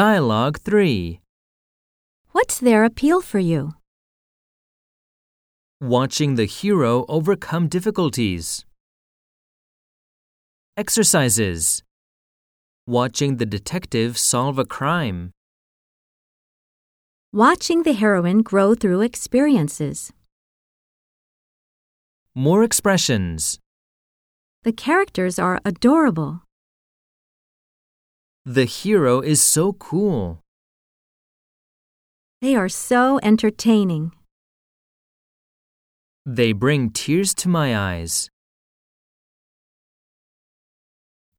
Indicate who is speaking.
Speaker 1: Dialogue 3
Speaker 2: What's their appeal for you?
Speaker 1: Watching the hero overcome difficulties. Exercises Watching the detective solve a crime.
Speaker 2: Watching the heroine grow through experiences.
Speaker 1: More expressions.
Speaker 2: The characters are adorable.
Speaker 1: The hero is so cool.
Speaker 2: They are so entertaining.
Speaker 1: They bring tears to my eyes.